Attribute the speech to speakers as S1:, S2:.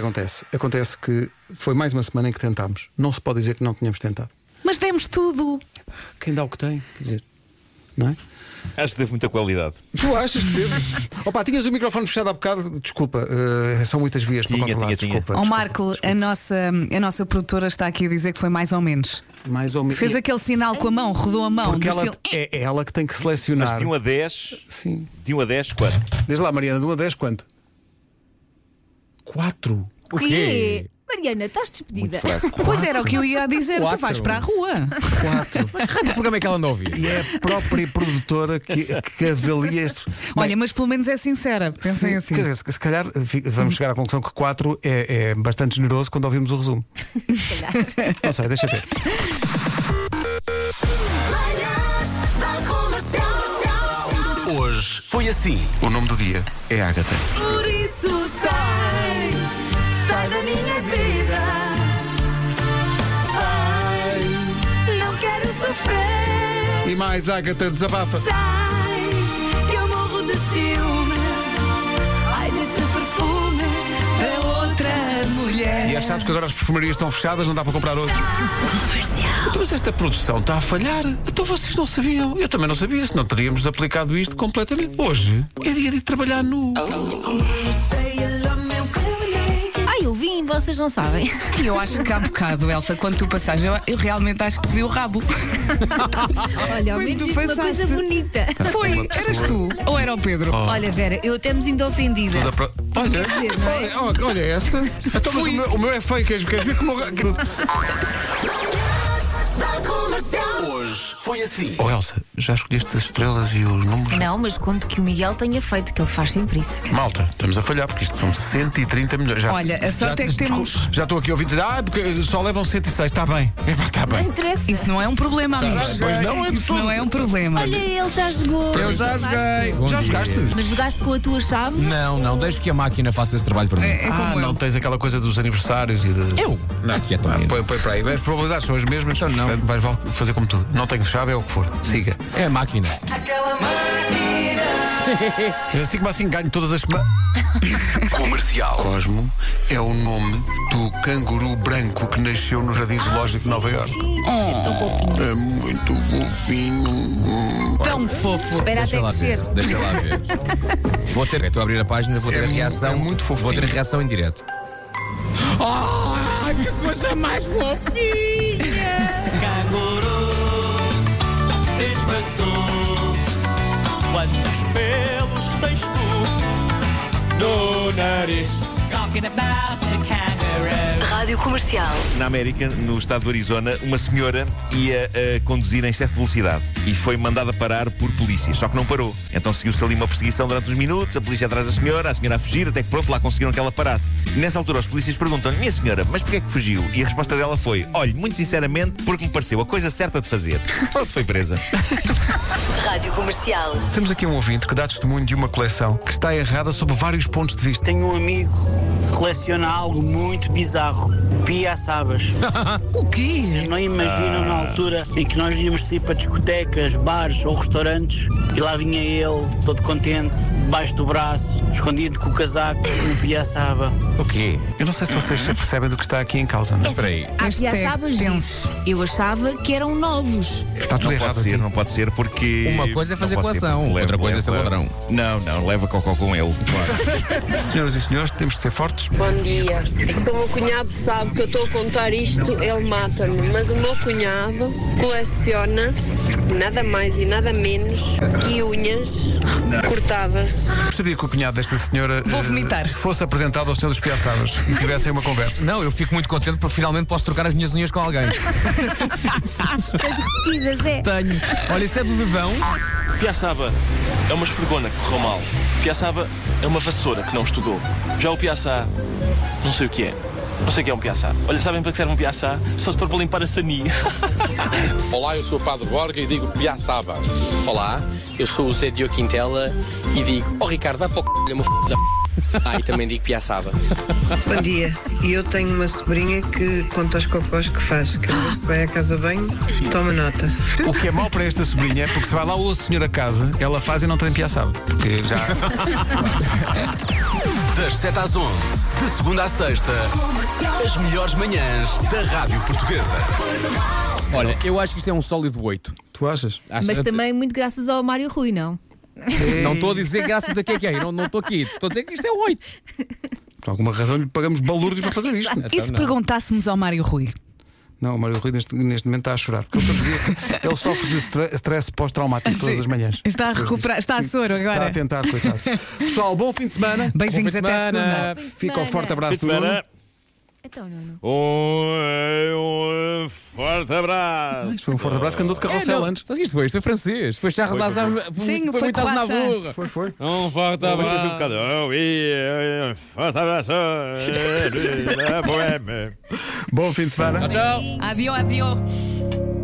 S1: Acontece. Acontece que foi mais uma semana em que tentámos. Não se pode dizer que não tínhamos tentado.
S2: Mas demos tudo.
S1: Quem dá o que tem, quer dizer, não é?
S3: Acho que teve muita qualidade.
S1: Tu achas que teve? Opa, tinhas o microfone fechado há bocado, desculpa, eh, são muitas vias para
S3: Tinha,
S1: controlar,
S3: tinha, tinha.
S1: desculpa.
S2: Ó
S1: desculpa.
S2: Oh, Marco, a nossa, a nossa produtora está aqui a dizer que foi mais ou menos.
S1: Mais ou menos.
S2: Fez um aquele sinal com a mão, rodou a mão.
S1: Porque
S2: do
S1: ela,
S2: estilo- "Eh",
S1: é ela que tem que
S3: Mas
S1: selecionar.
S3: de 1 a 10,
S1: Sim.
S3: de 1 a 10, quanto?
S1: Desde lá, Mariana, de 1 a 10, quanto? 4.
S4: O quê? Mariana, estás despedida.
S2: Pois é. era o que eu ia dizer. Tu vais
S5: Quatro.
S2: para a rua.
S5: 4. Mas que rádio programa é que ela anda a ouvir?
S1: E é a própria produtora que, que avalia este.
S2: Olha, mas pelo menos é sincera. Pensem
S1: Sim,
S2: assim.
S1: Quer dizer, se, se calhar eh, fi- vamos chegar à conclusão que 4 é, é bastante generoso quando ouvirmos o resumo. Não sei, deixa ver.
S6: Manhãs da comercial.
S7: Hoje foi assim. O nome do dia é Ágata.
S6: Por isso sai, sai da minha vida. Vai, não quero sofrer.
S1: E mais Agatha desabafa.
S6: Sai, eu morro de ciúme. Ai, desse perfume da outra mulher.
S1: E já sabes que agora as perfumarias estão fechadas, não dá para comprar outro.
S7: Então, mas esta produção está a falhar. Então vocês não sabiam. Eu também não sabia, senão teríamos aplicado isto completamente. Hoje é dia de trabalhar nu.
S4: Ai, eu vim, vocês não sabem.
S2: E eu acho que há bocado, Elsa, quando tu passaste, eu, eu realmente acho que te vi o rabo.
S4: Olha, ao
S2: Quando
S4: menos
S2: tu
S4: disse uma
S2: pensaste- Oh.
S4: coisa bonita.
S2: Foi, eras tu ou era o Pedro?
S4: Olha, Vera, eu até me sinto ofendida.
S7: Toda pro-
S4: Quer
S7: Olha,
S4: dizer, não é?
S1: Olha, olha essa. Então, mas o, meu, o meu é feio, queres, queres ver como.
S6: Manhãs da comercial.
S7: hoje foi assim. Oh Elsa, já escolheste as estrelas e os números?
S4: Não, mas conto que o Miguel tenha feito, que ele faz sempre isso.
S7: Malta, estamos a falhar porque isto são 130 milhões. Já,
S2: Olha, a sorte é que temos-
S7: desculpa, Já estou aqui a ouvir dizer, ah, porque só levam 106. Está tá bem. Epá, Está
S4: Não
S7: bem.
S4: interessa.
S2: Isso não é um problema, amigos.
S7: Pois não, é de
S2: Isso não é um problema.
S4: Olha, ele já jogou.
S5: Eu
S7: tá
S5: já
S4: Vasco.
S5: joguei. já jogaste?
S4: Mas jogaste com a tua chave?
S5: Não, não, deixo que a máquina faça esse trabalho para mim.
S2: É
S7: Ah,
S2: como
S7: não
S2: eu.
S7: tens aquela coisa dos aniversários e de.
S5: Eu? Não, aqui é tão
S7: Ah,
S5: lindo.
S7: põe, põe para aí. As probabilidades são as mesmas. Então não. Vais val- fazer como tu. Não tenho chave, é o que for. Siga.
S5: É a máquina.
S7: Mas Assim como assim ganho todas as semanas. Comercial. Cosmo é o nome do canguru branco que nasceu no Jardim Zoológico de Nova Iorque.
S4: Sim, é tão fofinho.
S7: É muito fofinho.
S2: Tão fofo.
S4: Espera
S5: Deixa
S4: até
S5: lá
S4: crescer.
S5: ver. Deixa lá ver. Vou ter. Estou a abrir a página, vou ter a
S7: mu-
S5: reação.
S7: é muito fofinho.
S5: Vou ter a reação em direto. Ah, que coisa mais fofinha!
S8: espantou. Quantos pelos tens tu no nariz? Talking about a kangaroo.
S6: Rádio Comercial.
S3: Na América, no estado do Arizona, uma senhora ia a conduzir em excesso de velocidade e foi mandada parar por polícia, só que não parou. Então seguiu-se ali uma perseguição durante uns minutos, a polícia atrás da senhora, a senhora a fugir, até que pronto, lá conseguiram que ela parasse. E nessa altura, os polícias perguntam-lhe, minha senhora, mas porquê é que fugiu? E a resposta dela foi, olhe, muito sinceramente, porque me pareceu a coisa certa de fazer. Pronto, foi presa.
S6: Rádio Comercial.
S7: Temos aqui um ouvinte que dá testemunho de uma coleção que está errada sob vários pontos de vista.
S9: Tenho um amigo que coleciona algo muito bizarro: piaçabas.
S2: O quê?
S9: Vocês não imaginam na altura em que nós íamos sair para discotecas, bares ou restaurantes e lá vinha ele, todo contente, debaixo do braço, escondido com o casaco, um piaçaba.
S5: O quê?
S7: Eu não sei se vocês se percebem do que está aqui em causa, mas
S5: Espera aí.
S4: Há
S2: Hashtag
S4: piaçabas
S2: penso.
S4: Eu achava que eram novos.
S7: está tudo
S3: Não
S7: errado
S3: pode ser,
S7: aqui.
S3: não pode ser porque.
S5: Uma coisa é fazer
S3: não pode ser,
S5: coleção,
S3: porque
S5: outra coisa é ser ladrão.
S3: Não, não, leva cocó com ele. Claro.
S7: Senhoras e senhores, temos de ser fortes.
S10: Bom dia. Se o meu cunhado sabe que eu estou a contar isto, ele mata-me. Mas o meu cunhado coleciona nada mais e nada menos que unhas cortadas.
S7: Gostaria que o cunhado desta senhora
S2: Vou
S7: eh,
S2: vomitar.
S7: fosse apresentado ao senhor dos Piaçabas e tivessem uma conversa.
S5: Não, eu fico muito contente porque finalmente posso trocar as minhas unhas com alguém.
S4: As repetidas, é.
S5: Tenho. Olha, isso é bebedão.
S8: Piaçaba é uma esfregona que correu mal. Piaçaba é uma vassoura que não estudou. Já o piaçá, não sei o que é. Não sei o que é um piaçá. Olha, sabem para que serve um piaçá? Só se for para limpar a sania.
S11: Olá, eu sou o Padre Borga e digo piaçaba. Olá, eu sou o Zé Diogo Quintela e digo, oh Ricardo, dá para o c... uma f... da p... Ah, e também digo piaçaba.
S10: Bom dia. E eu tenho uma sobrinha que conta os cocós que faz. Cada vez que vai à casa banho, toma nota.
S7: O que é mau para esta sobrinha é porque se vai lá o outro senhor a casa, ela faz e não tem piaçaba. Porque já.
S12: Das 7 às 11, de segunda à sexta, as melhores manhãs da Rádio Portuguesa.
S5: Olha, eu acho que isto é um sólido 8.
S7: Tu achas?
S6: Mas também muito graças ao Mário Rui, não?
S5: Não estou a dizer graças a quem é que é, não estou aqui. Estou a dizer que isto é um 8.
S7: Por alguma razão lhe pagamos balúrdios para fazer isto.
S2: E se perguntássemos ao Mário Rui?
S7: Não, o Mário Rui neste, neste momento está a chorar. Porque ele, todos os dias- ele sofre de stre- stress pós-traumático todas as manhãs.
S2: Está a recuperar, está a soro
S7: Está a
S2: agora.
S7: tentar, coitado. Pessoal, Um bom fim de semana.
S2: Beijinhos
S5: Um
S7: Bom fim de
S2: até
S7: semana.
S2: segunda. Bom fim de
S7: Fica o
S2: semana.
S7: forte abraço,
S8: Fim de semana.
S7: Nuno.
S6: Então,
S8: Um, um forte abraço.
S7: Foi um forte abraço que andou de carrossel antes.
S5: Sabe Ah, o que isto foi? Isto foi francês. Foi Charles
S8: Foi, foi,
S5: Lazar.
S8: foi.
S5: Foi muito foi na burra.
S7: Foi, foi.
S5: Um forte
S3: tá
S8: Não, mas foi um
S5: abraço.
S8: bocado. Oh, e, eh, forte abraço. eh, eh, boêmio.
S7: Bom fim de semana.
S5: Tchau.
S2: Adiós, adiós.